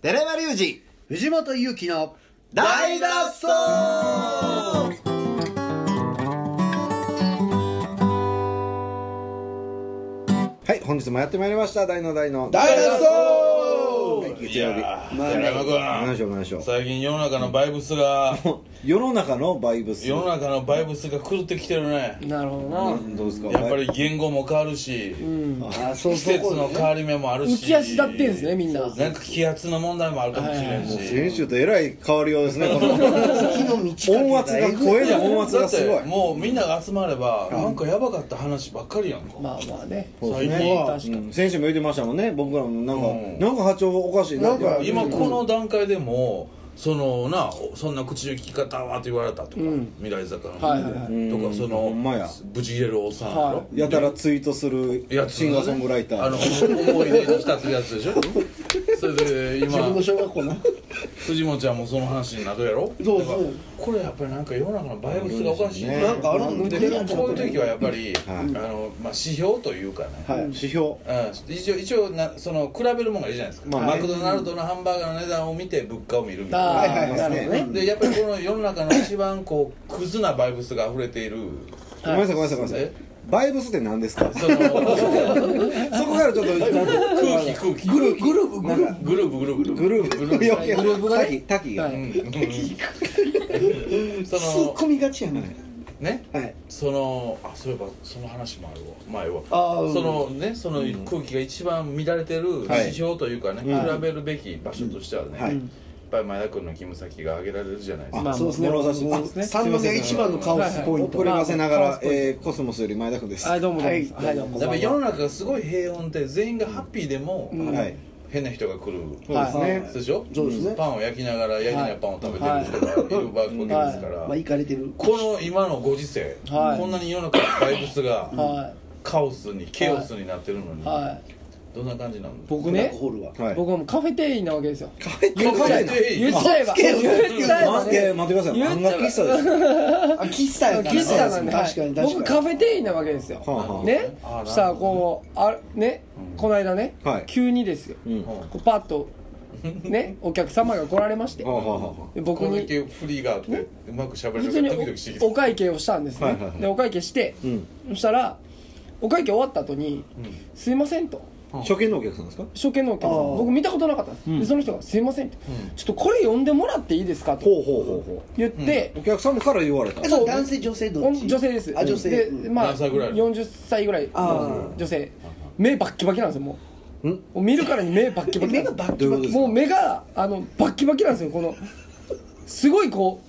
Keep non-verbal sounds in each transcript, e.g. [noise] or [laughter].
寺山隆二藤本勇樹の二大脱走はい本日もやってまいりました大の大の大脱走はい月曜日まあね寺山お願いしようお君願いしよう最近世の中のバイブスが世の中のバイブス世の中のバイブスが狂ってきてるねなるほどどうですかやっぱり言語も変わるしうんあそう季そう節の変わり目もあるし浮き足立ってんですねみんななんか気圧の問題もあるかもしれんし先週とえらい変わりようですねこ [laughs] の月の満ち欠け音圧が声の音圧だがっすごいてもうみんなが集まればなんかやばかった話ばっかりやんかまあまあねそう最です近ねは確かうん先週も言ってましたもんね僕らもなんか、うんなんか波長おかしいなってなんか今この段階でもそのなそんな口の利き方はって言われたとかん未来坂のはいはいはいとかほそのんまやブチ切れるおっさんやはろいやたらツイートするやつシンガーソングライターあの思い出に浸ってるやつでしょそれで自分今の小学校な藤本ちゃんもその話になるやろそうだからそうこれやっぱりなんか世の中のバイブスがおかしいねねなんかあるのでこういう時はやっぱり、あのまあ、指標というかね、はい、指標うん、一応一応なその比べるもんがいいじゃないですか、まあねマクドナルドのハンバーガーの値段を見て物価を見るみたいな、はいはいなるほどねでやっぱりこの世の中の一番こうクズなバイブスが溢れているごめんなさいごめんなさいごめんなさいえバイブスって何ですかそそのこからちょっと空気空気グループグループグループグループグループグループグルー余計なグループがね滝滝が、はい [laughs] プそ突っの込みがちやなね [laughs] はいそのあそういえばその話もあるわ前はあーうんそのねその空気が一番乱れてるはい指標というかね、うん比べるべき場所としてはね、はいやっぱり前田君の勤務先が挙げられるじゃないですか、まあそうですねもろ差しそうですねあ三宮一番のカオスポイント遅ればせながまあら、カオスポインえー、コスモスより前田君ですトはいどうもどうもはいはいどうもやっぱ世の中がすごい平穏で全員がハッピーでも、んはい変な人が来る、そうですね、はでしょそうですねパンを焼きながら焼きなパンを食べてる人がいるわけですはいから、まあ行かれてるこの今のご時世、はいこんなに世の中のバイブスがはカオスにケオスになってるのに、いはいどんな感じなの僕ブラッねクホールははい僕はもうカフェ店員なわけですよ言っちゃえば言っちゃえつばけよ言っちゃえば待ってね待ってください言っ漫ち画ゃえ喫ば茶ですよあ喫茶やから喫茶なんではい確かに確かに僕カフェ店員なわけですよはあはあねあしたらこうあねこの間ねはい急にですようんははこうパッとねお客様が来られましてあはあはあで僕僕こんだにけフリーがあってうまくしゃべれ普る通かにらドキドキしてきおてお会計をしたんですはねいはいはいでお会計してうんそしたらお会計終わった後に「すいません」と。初見のお客さんですか初見のお客さんあー僕見たことなかったんです、でその人が「すいません」って、ちょっとこれ読んでもらっていいですか?」とほうほうほうほ言ってう、お客さんから言われたえそれ男性女性どっち女性ですあ女性で、うんまあ何歳ぐらいの40歳ぐらいあ女性目バッキバキなんですよもうんもう見るからに目バッキバキな目んでがすバッキバキどういうことですかもう目があのバッキバキなんですよこのすごいこう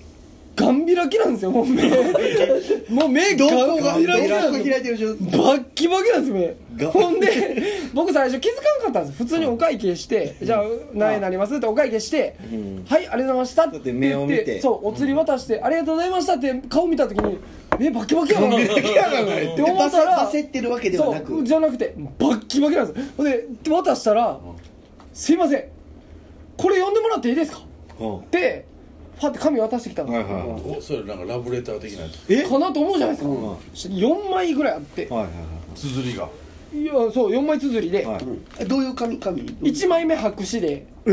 ガン開きなんですよもう目もう目瞳ガン孔が開き瞳なん孔が開ですよいてる状態バッキバキなんですがよ目ほんで僕最初気づかなかったんです普通にお会計して「じゃあ何円になります?」ってお会計してん「はいありがとうございました」ってだって目を見てそうお釣り渡して「ありがとうございました」って顔見た時に「目バッキバキやな」ってで思バっセたらバセってるわけではなそうくじゃなくてバッキバキなんですよほんで渡したら「すいませんこれ読んでもらっていいですか?」はってファって紙渡してきたんいですはいよはおそれなんかラブレター的なやついえかなと思うじゃないですかん4枚ぐらいあってはいはい綴りがいやそう4枚綴りで、はいはいえどういう紙紙1枚目白紙でえ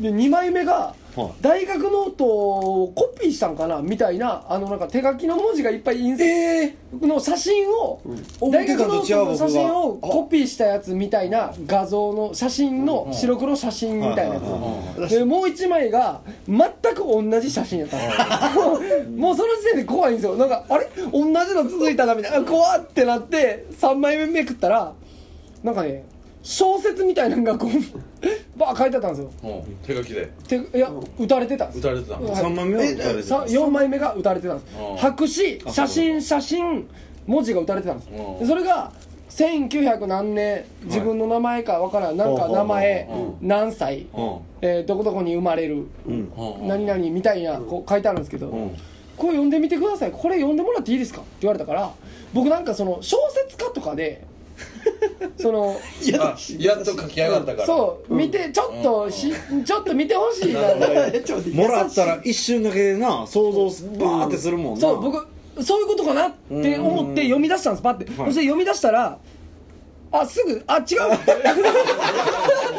で2枚目がは大学ノートをコピーしたんかなみたいなあのなんか手書きの文字がいっぱい印刷、の写真を、大学ノートの写真をコピーしたやつみたいな画像の写真の白黒写真みたいなやつ、でもう一枚が全く同じ写真やったの [laughs] もうその時点で怖いんですよなんかあれ同じの続いたなみたいなあ怖ってなって3枚目めくったらなんかね小説みたいなのがこうバー書いてあったんですようん手書きでていや打たれてたんです打たれてたのはい三枚目は打たれてさ4枚目が打たれてたんですうん白紙写真写真文字が打たれてたんですうんでそれが1900何年自分の名前かわからんなんか名前う何歳うんえーどこどこに生まれるうんうん何々みたいなこう書いてあるんですけどうんこれ読んでみてくださいこれ読んでもらっていいですかって言われたから僕なんかその小説家と [laughs] かでそのあやっと書き上がったからそう見てちょっとしちょっと見てほしいなえちょっと待ってもらったら一瞬だけな想像すバーってするもんなそう僕そういうことかなって思って読み出したんですパッて、そして読み出したら [laughs] あすぐあ違う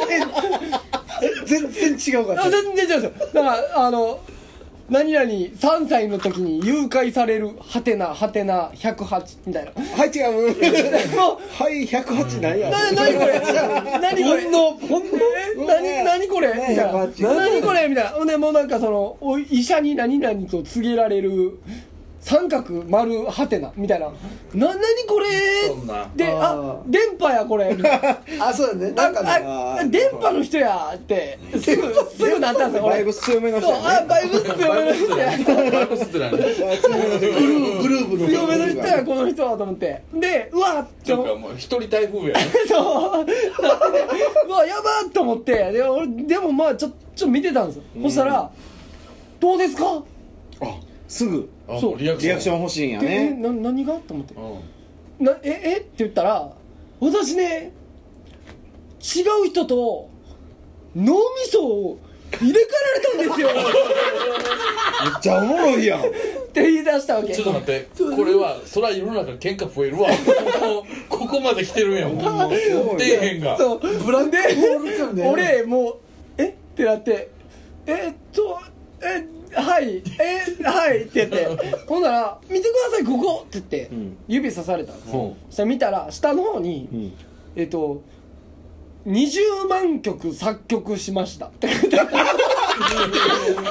え全然違うかあら全然違うんですよだからあの何々3歳の時に誘拐されるはてなはてな108みたいな [laughs] はい違う [laughs] もうはい108なんやな何これ何これのえ何何これみたいな108何これみたいなほんでもうなんかそのお医者に何々と告げられる三角丸はてなみたいなな何こそんなれでああ電波やこれみたいなあそうだねなんかねああ電波の人やってすぐすぐなったんですよバイ俺ブ強めの人そうやあバイブ強めの人やバイブスって何グルーグルーブの強めの人やこの人はと思ってでうわっっ [laughs] てそ思うっかもう一人台 [laughs] 風やそうなって [laughs] うわやばーと思ってで俺でもまあちょちょっと見てたんですよ、そしたら「どうですか?」っあすぐあそうリアクシリアョクンション欲しいんやて、えねな何が?」と思ってうん「なええっ?」て言ったら「私ね違う人と脳みそを入れ替えられたんですよ」めっちゃおもろいやんって言い出したわけちょっと待ってこれはそら世の中喧嘩増えるわもうここまで来てるんや [laughs] ほんすまごい底辺がそうブランデーで俺もう「えっ?」てなって「えっとえはいえはい」って言ってほんなら「見てくださいここ」って言って、ん指さされたんですうんよそしたら見たら下の方に、んえっと20万曲作曲しましたって書いてあっ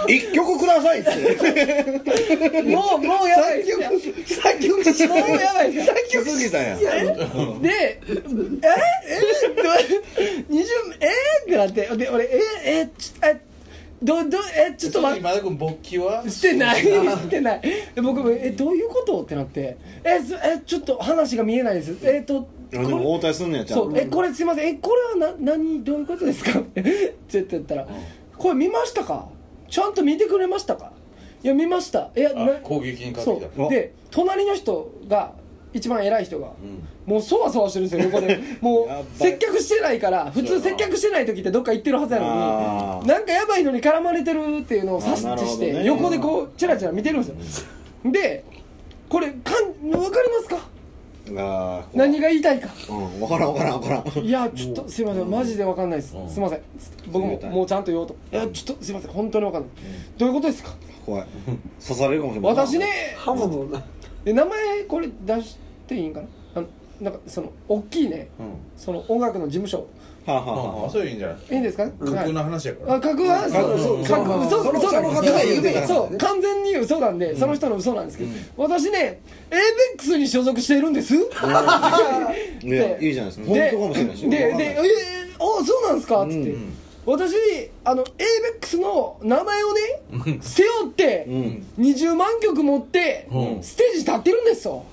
一曲くださいっつってたもうもうやばいっすよ作曲しもうやばいっすよ作曲したんやで、えええ二十えってなって、で、俺、ええちょえど、ど、えちょっと待って。今田君勃起はしてないしてないで僕も「えどういうこと?」ってなって「えすえちょっと話が見えないですえっ、とあでも応対すんのやちゃそううえこれすいませんえこれはな何どういうことですか?」 [laughs] って言ったら「これ見ましたかちゃんと見てくれましたか?」いや見ましたいやあな攻撃に勝そってきたうで隣の人が一番偉い人が、もうそわそわしてるんですよ横でやばいもう接客してないから普通接客してない時ってどっか行ってるはずやあのーになんかやばいのに絡まれてるっていうのを察あーなる知ほしどて、ね横でこうチラチラ見てるんですよでこれかん分かりますかあー何が言いたいかうん分からん分からん分からんいやちょっとすいませんマジで分かんないです、うんすいません僕ももうちゃんと言おうといやちょっとすいません本当に分かんない、どういうことですか怖い刺されるかもしれない私ね刃物なで名前これ出していいんかなあのなんかその大きいねうんその音楽の事務所はあはああはああそういうんじゃないいいんですか、架は空いの話やからあ架空は架空そうそう架空嘘その嘘その方が言うてたからねそう完全に嘘なんで、その人の嘘なんですけど、私ね ABEX に所属しているんです、いやいいじゃないですか本当かもしれないしででわかんないでえー、あそうなんですかっつって、うん私あの ABEX の名前をね背負って、うん20万曲持って、うんステージ立ってるんですよ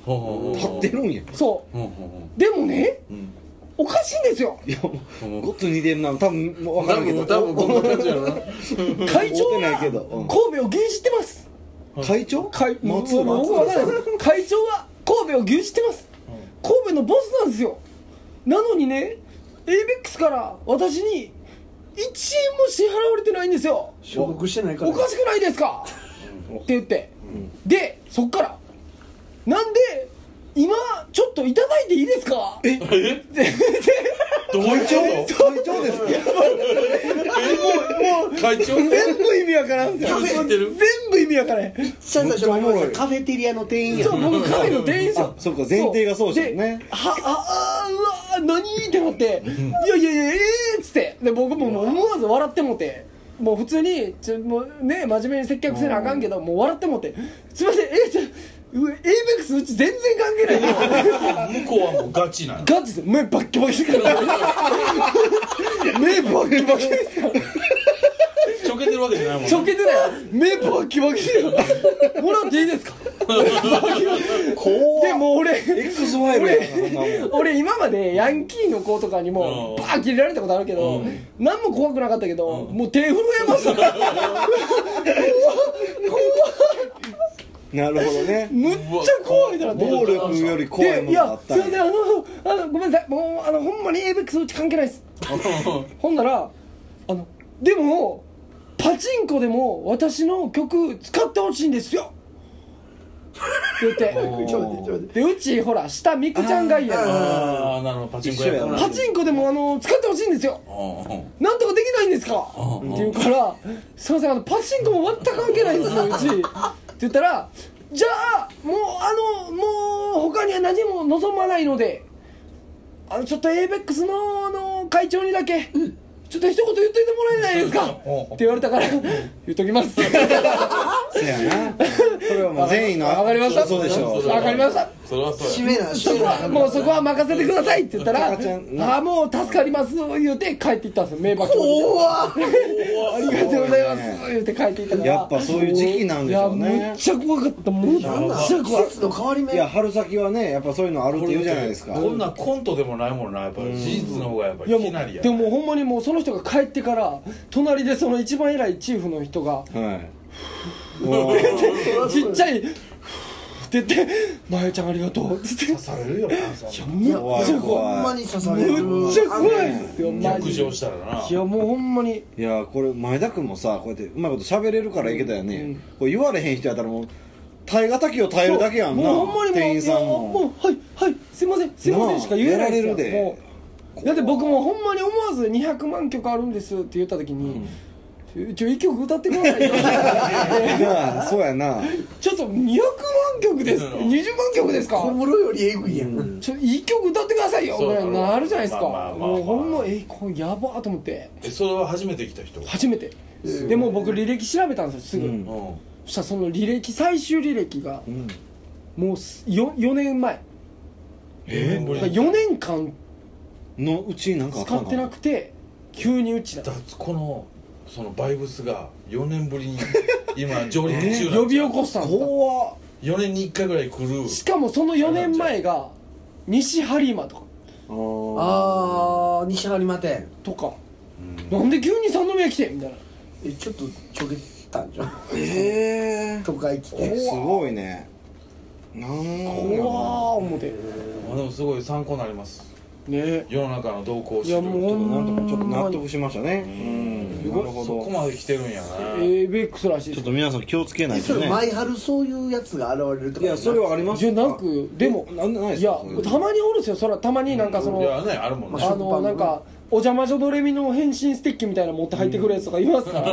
立ってるんやそうんうんうでもねうんおかしいんですよいやもうごっつ似てるな多分もう分か多らんけど分多分こんな感じやろな会長思ってなはいけ神ど戸うんを牛耳ってます会長会もう松尾もう僕松尾わかんないです会長は神戸を牛耳ってます神戸のボスなんですよなのにね ABEX から私に1円も支払われてないんですよ [laughs] 所属してないからおかしくないですかって言ってでそっからなんで今ちょっといただいていいですかえどういうこ会長 [laughs] ですかと会長全部意味わからんすよ今日知ってる全部意味わからへん最初めっちゃおもろいカフェテリアの店員やそう僕カフェの店員さんあそうか前提がそうでですよねはああーうわー何ってなって「いやいやいやええー」っつってで僕ももう思わず笑ってもうてもう普通にちょもうね真面目に接客せなあかんけどもう笑ってもうて「すいませんえー、ちょうエイベックスうち全然関係ないよ向こうはもうガチなんやガチです目バッキバキですから目バッキバキですからちょけてるわけじゃないもんちねょけてない目バッキバキですよもらっていいですか怖でもう俺 X ファイルやなこんなもん俺今までヤンキーの子とかにもうんバー切れられたことあるけど、何も怖くなかったけど、もう手震えましたなるほどね [laughs] むっちゃ怖いってなって暴力より怖いでもいのがあやっすたいんませんあのあのごめんなさいもうあのほんまに ABEX うち関係ないっすほんならあのでもパチンコでも私の曲使ってほしいんですよっちて言っょっと待ってちょっと待っててでうちほら下ミクちゃんがいいやんああなるほどパチンコやから一緒やパチンコでもあの使ってほしいんですようんうんなんとかできないんですか?」って言うから「すいませんあのパチンコも全く関係ないんですようち」って言ったら「じゃあもうあのもう他には何も望まないのであのちょっと ABEX のあの会長にだけ、ちょっと一言言っといてもらえないですか?」って言われたから「言っときます」せやなそれはもう善意のわかりましたそうでしょそうれはわかりましたそれはそう締やめなそ締めこはなもうそこは任せてくださいって言ったら「あ赤ちゃんなあーもう助かります」言うて帰っていったんですよ名馬教授怖っありがとうございます言うて帰っていったからやっぱそういう時期なんでしょういやむねっちゃ怖かったむっちゃなん怖だかっ季節の変わり目いや春先はねやっぱそういうのあるって言うじゃないですかこんなんコントでもないもんなやっぱ事実の方がやっぱたいりいやきなりもうやでももうほんまにもうその人が帰ってから隣でその一番偉いチーフの人がはいもうちっちゃい「ふーって言って「まゆちゃんありがとう」っつっていされるよなそんやむっちゃ怖いほんまに刺されるむっちゃ怖いですよなマ逆ジで上したらないやもうほんまにいやこれ前田君もさこうやってうまいこと喋れるからいけたよね、うんこれ言われへん人やったらもう耐え難きを耐えるだけやんなもうほんまにもう店員さんもいやもうはいはいすいませんすいませんしか言えななあやいられるですでよもうだって僕もほんまに思わず200万曲あるんですって言った時に「ちょ一曲歌ってくださいよ」いやそうやなちょっと200万曲です20万曲ですか小室よりえぐいやんちょ一曲歌ってくださいよそうだろうぐらいなるじゃないですかまあまあまあまあもうほんまえこれやばーと思ってえそれは初めて来た人初めてでもう僕履歴調べたんですよすぐ、うんうんそしたらその履歴最終履歴がうんもう 4, 4年前えぶりに4年間のうちなんかあった使んってかなくて急にうちだだこのそのバイブスが4年ぶり [laughs] に今上陸中なんちゃう呼び起こしたんだ怖っ4年に1回ぐらい来るしかもその4年前が西播磨とかあーあー西成待てとかなんで急に三宮来てみたいなえちょっとちょけたんじゃんえ [laughs] 都会来ー、てすごいねなんだうわーろ思ってあでもすごい参考になりますね世の中の動向を知いやるもうほうなんんとまかにちょっと納得しましたねうんなるほそこどまで来てるんやなエイベックスらしちょいでっすと皆さん気をつけないえそとれね毎春そういうやつが現れるといかやそれはありますじゃなくでもえなんでないでいすかやそういうのたまにおるんですよそらたまになんかそいやのねあるもんねあのなんかお邪魔女ドレミの変身ステッキみたいなの持って入ってくるやつとかいますから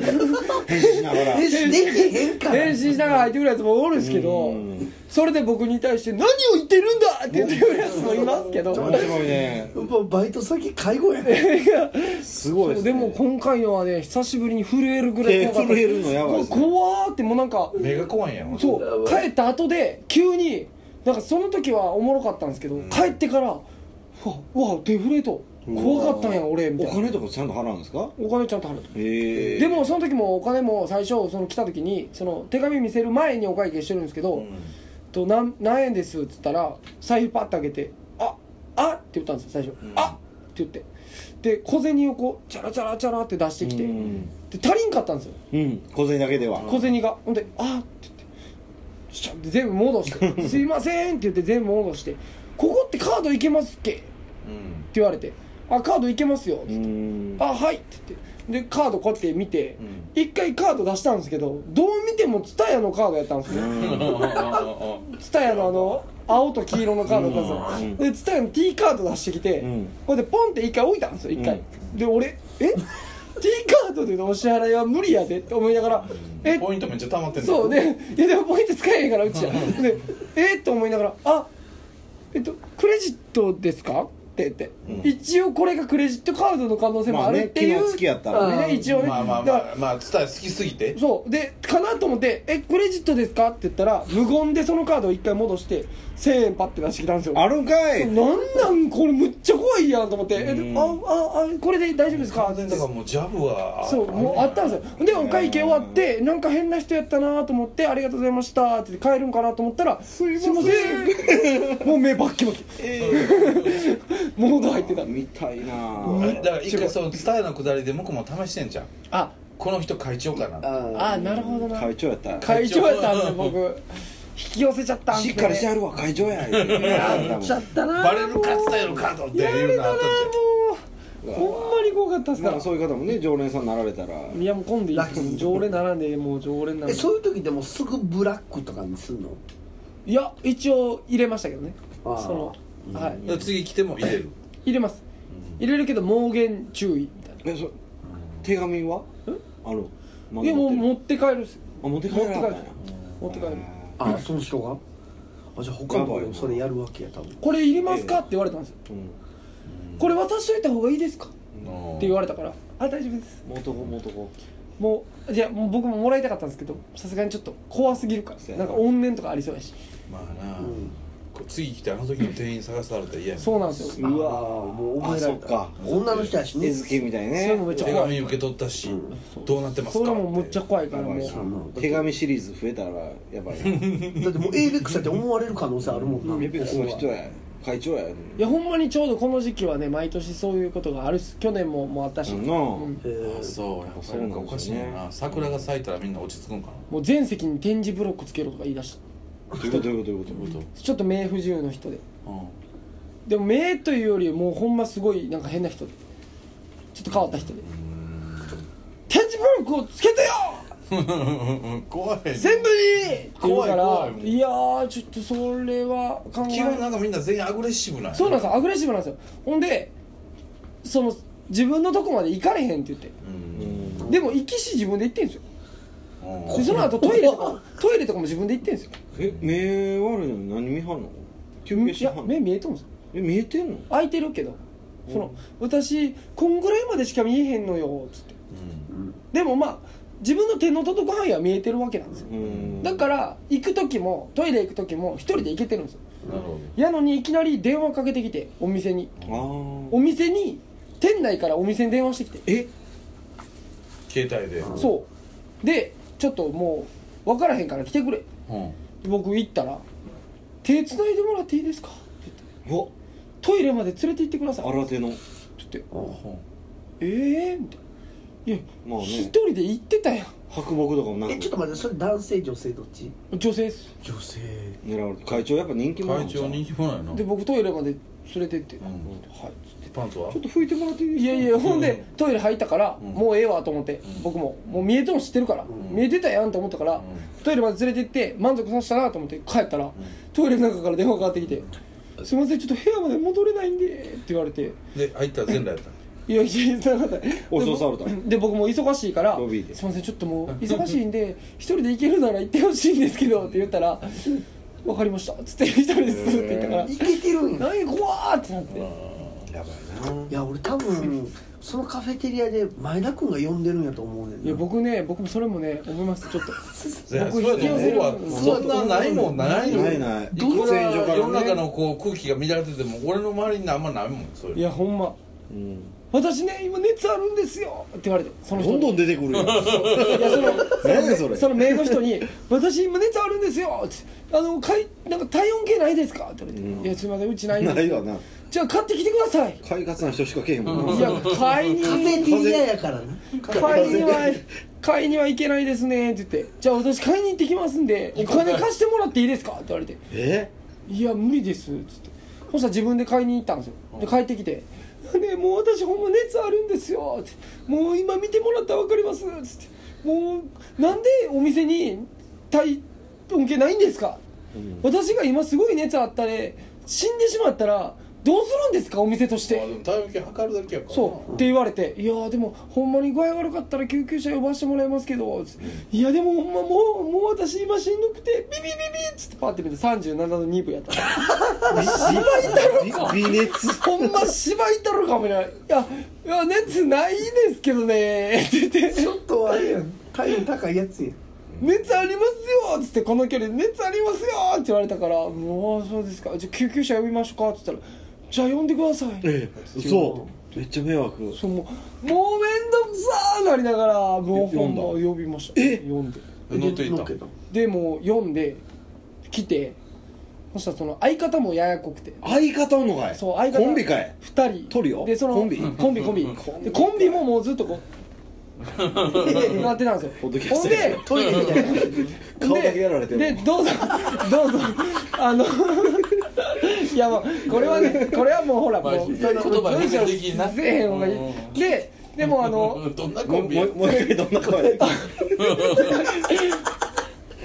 返事しな [laughs] がらえできへんから変身しながら入ってくるやつもおるんですけどうんそれで僕に対して「何を言ってるんだ!」って言ってくるやつもいますけど面白いねやっぱバイト先介護やねすごいです、ね、でも今回のはね久しぶりに震えるぐらい手震えるのやばいですねもう怖ーってもうなんか目が怖いんやろそう帰った後で急になんかその時はおもろかったんですけど、帰ってから「うわうわ手震えと怖かったんや俺」みたおいな金とかちゃんと払うんですかお金ちゃんと払うと。へえでもその時もお金も最初その来た時にその手紙見せる前にお会計してるんですけど「と何何円です」っつったら財布パッて開けて「ああって言ったんですよ最初「あって言ってで小銭をこうチャラチャラチャラって出してきて、うんで足りんかったんですようん小銭だけでは小銭がほんで「あっ」って言ってシャッて全部戻して「すいません」って言って全部戻して「ここってカードいけますっけ?」っうてん言われて「あカードいけますよ」っうて言ってんあはい」って言ってでカードこうやって見てうん一回カード出したんですけどどう見ても TSUTAYA のカードやったんですようんうんうんうんうん TSUTAYA のあの青と黄色のカードだったんですよで TSUTAYA の T カード出してきてうんこれでポンって一回置いたんですよ一回で俺「え T カードでのお支払いは無理やで」って思いながら「えポイントめっちゃ溜まってんだよそうでいやでもポイント使えへんからうちはでえっと思いながら「あえっとクレジットですか?」って言って、一応これがクレジットカードの可能性もあるっていまあう、ね昨日付き合ったらねうん一応ね、まあまあだまからあまあ伝え好きすぎてそうでかなと思って「えクレジットですか?」って言ったら無言でそのカードを一回戻して1000円パッて出してきたんですよあるんかなんいなんこれむっちゃ怖いやんと思って「えうんあああこれで大丈夫ですか?」完って言全っだかてらもうジャブはそうもうあったんですよでお会計終わってなんか変な人やったなと思って「ありがとうございました」って言って帰るんかなと思ったら「すいません」もう目バッキバキモード入ってた見たいなあぁれ [laughs] だから一回その伝えのくだりで向こうも試してんじゃんあこの人会長かなああなるほどな会長やった会長やったんだ僕引き寄せちゃったんしすっかりしてはるわ会長や言うてやっちゃったなバレるか伝えるかとってやらいれうたのなあったんもじゃんうほんまに怖かったっすかなんからそういう方もね常連さんになられたらいやもう今度いいですラッキー常連ならんでもう常連なんえでそういう時でもすぐブラックとかにするのいや一応入れましたけどねあーそのはい次来ても入れる入れます入れるけど盲言注意みたいなえそ手紙はあるまいだやも持うってる持って帰るっすあ持って帰らなかったんや持って持って帰るあその人があじゃあ他やばいもなそれやるわけや多分これいりますかって言われたんですようんこれ渡しといた方がいいですかってって言われたからあ大丈夫です持っとこう持っとこもういやもう僕ももらいたかったんですけどさすがにちょっと怖すぎるかそうやらななんか怨念とかありそうやしまあな、こう次来てあの時の店員探されたら嫌やなそうなんですうようああわもう覚えられたあそっか女の人やしね絵付けみたいそういうのねめっちゃ手怖い紙受け取ったし、どうなってますかそれもむっちゃ怖いからもうあまあだっ手て紙シリーズ増えたらやばい [laughs] なだってもう ABEX やって思われる可能性あるもんなエペックスの人や会長やねいやほんまにちょうどこの時期はね毎年そういうことがあるっす去年ももうあったし、うんうんえーあそうやっぱりなんかおかしいんやそうなんですよな桜が咲いたらみんな落ち着くんかなもう全席に点字ブロックつけろとか言い出したどういうことどういうことどういうこちょっと目不自由の人でと、うんでも目というよりもうほんますごいなんか変な人でちょっと変わった人で点字ブロックをつけてよ怖い全部にって言うか怖らい怖いもういやーちょっとそれは考え基本なんかみんな全員アグレッシブなんやそうなんですよアグレッシブなんですよほんでその自分のとこまで行かれへんって言ってうんでも行きし自分で行ってんですようんでその後トイレとかもトイレとかも自分で行ってんですよえ目悪いのに何見はんの休憩いしはやんの目見えとんですよえ見えてんの開いてるけどその私こんぐらいまでしか見えへんのよつってでもまあ自分の手の届く範囲は見えてるわけなんですようんだから行く時もトイレ行く時も一人で行けてるんですよなるほやのにいきなり電話かけてきてお店にあーお店に店内からお店に電話してきてえど携帯でそうでちょっともう分からへんから来てくれうん僕行ったら「手繋いでもらっていいですか?」って言っおて「トイレまで連れて行ってください」新手のって言ってうん「ええー?」みたいな「いや、まあね一人で行ってたやん白木とかもなくえちょっと待ってそれ男性女性どっち女性です女性狙われて会長やっぱ人気者な会んちゃ長う人気者やなで僕トイレまで連れてってん「はい」つってパンツはちょっと拭いてもらっていいですいかやいやほんでトイレ入ったから、うんもうええわと思って、僕ももう見えても知ってるから、見えてたやんと思ったから、トイレまで連れて行って満足させたなと思って帰ったら、トイレの中から電話かかってきて「すいませんちょっと部屋まで戻れないんで」って言われてで入ったら全裸やったいやいやいやなかったおそう触れたで僕も忙しいからロビー「ですいませんちょっともう忙しいんで一人で行けるなら行ってほしいんですけど」って言ったら「分かりました」っつって一人ですって言ったからいけてるん「や何怖ー!」ってなってやばいないや俺多分そのカフェテリアで前田君が呼んでるんやと思うねんないや僕ね僕もそれもね思いますちょっとそや僕そうやと引き寄せる思うわそんなないもんないもんないないいく洗浄らからね世の中のこう空気が乱れてても俺の周りにあんまないもんそういうのいやほんまうん私ね今熱あるんですよって言われてその人どんにどん出てくるよいやその何やそれその名の人に「私今熱あるんですよ」って「あのかいなんか体温計ないですか?」って言われて「いやすいませんうちないんですないわなじゃあ買ってきてください」快活な人しかけえへんもんないや買いにカフェテリアやからな買いには買いにはいけないですねって言って「じゃあ私買いに行ってきますんでお金貸してもらっていいですか?」って言われてえ「いや無理です」っつってそしたら自分で買いに行ったんですよで帰ってきて「ねもう私ほんま熱あるんですよ」って「もう今見てもらったら分かります」っつって「もうなんでお店に体温計ないんですか私が今すごい熱あったで死んでしまったらどうするんですかお店として」まあでも体温計測るだけやからなそうって言われて「いやーでもほんまに具合悪かったら救急車呼ばしてもらいますけど」つっていやでもほんまもうもう私今しんどくてビビビビ」っつってパッて見て37度2分やったび微 [laughs] 熱ほんま芝居たるかもねいやいや熱ないですけどね」って言ってちょっとあれやん体温高いやつやん「熱ありますよ」っつって「この距離熱ありますよ」って言われたから「もうそうですかじゃあ救急車呼びましょうか」っつったら「じゃあ呼んでください」ええそうめっちゃ迷惑そうもうもうめんどくさーなりながらもうほんま呼呼びましたえ呼んで乗っていたけどでもう読んで来てそしたらその相方もややこくて相方おんのかいそう相方コンビかい2人トリオでそのコンビコンビコンビでコンビももうずっとこう [laughs] なってたんですポッドキよャほスんトやでなトイレみたいな顔だけやられてるででどうぞどうぞあのいやもうこれはねこれはもうほらもうまあ言葉に出てきんなせえへん方がいいうんででもあのどんなコもうンビもやうもう一回どんな顔やった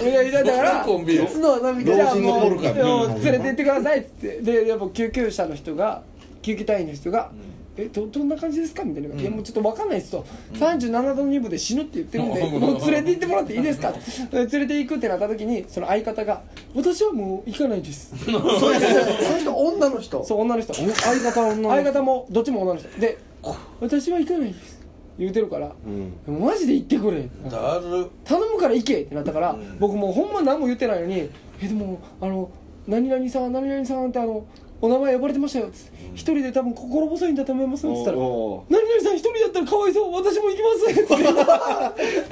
いやいやだからコンビや靴の穴みたいじなゃあも老人うの頃からもう連れて行ってくださいっつってでやっぱ救急車の人が救急隊員の人が、 「えどどんな感じですか?」みたいな「いやもうちょっと分かんないです」と「37度2分で死ぬって言ってるんで、うんもう連れて行ってもらっていいですか?」 [laughs] って連れて行くってなった時にその相方が「私はもう行かないです」そうですその人女の人そう女の人相方は女相方もどっちも女の人で「私は行かないです」言うてるから「マジで行ってくれ」だる頼むから行けってなったから、僕もうほんま何も言ってないのに「えでもあの何々さん何々さんってあのお名前呼ばれてましたよ」つって一人で多分心細いんだと思います」っつったら「何お々さん一人だったらかわいそう私も行きます」っつっ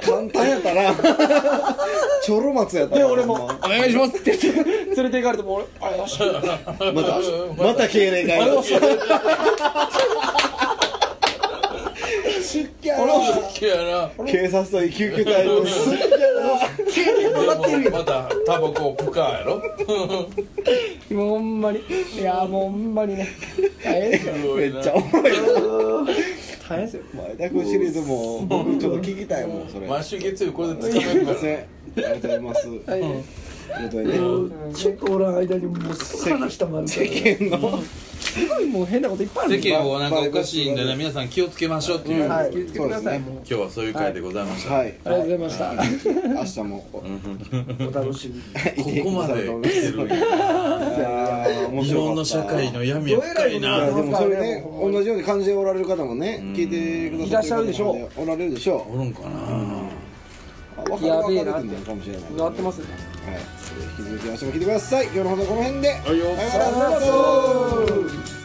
ー簡単やったなちょろ松やったてで俺もほん「お願いします」って言って [laughs] 連れて行かれても俺「あよしままたまた敬礼会あれはそう出家俺はの好きやな警察と救急隊のす経験もらってるでもよまたタバコをプカーやろもうほんまにいやもうほんまにね大変ですよめっちゃおもろいな大変ですよ前田君シリーズも僕ちょっと聞きたいもんそれ毎週月曜日これで [laughs] 捕ますえいるかまらせんありがとうございますはいありがとうございますちょっとおらん間にもうすぐ話したまるからすごいもう変なこといっぱいあるんで世間をなんかおかしいんでね皆さん気をつけましょうっていう、はい気をつけてください、もう今日はそういう回でございました、はいありがとうございました、明日もお楽しみにいてここまでくだ来さていとる思いますあー面日白か本ったの社会の闇は深いいなやでもそれね同じように感じでおられる方もね聞いてくださってる方もねおられるでしょおるんかな、うあ分かるやべえ分なかっるてってかもしれないなってますねはい、引き続き明日も聞いてください今日の放送はこの辺で、いよさようなら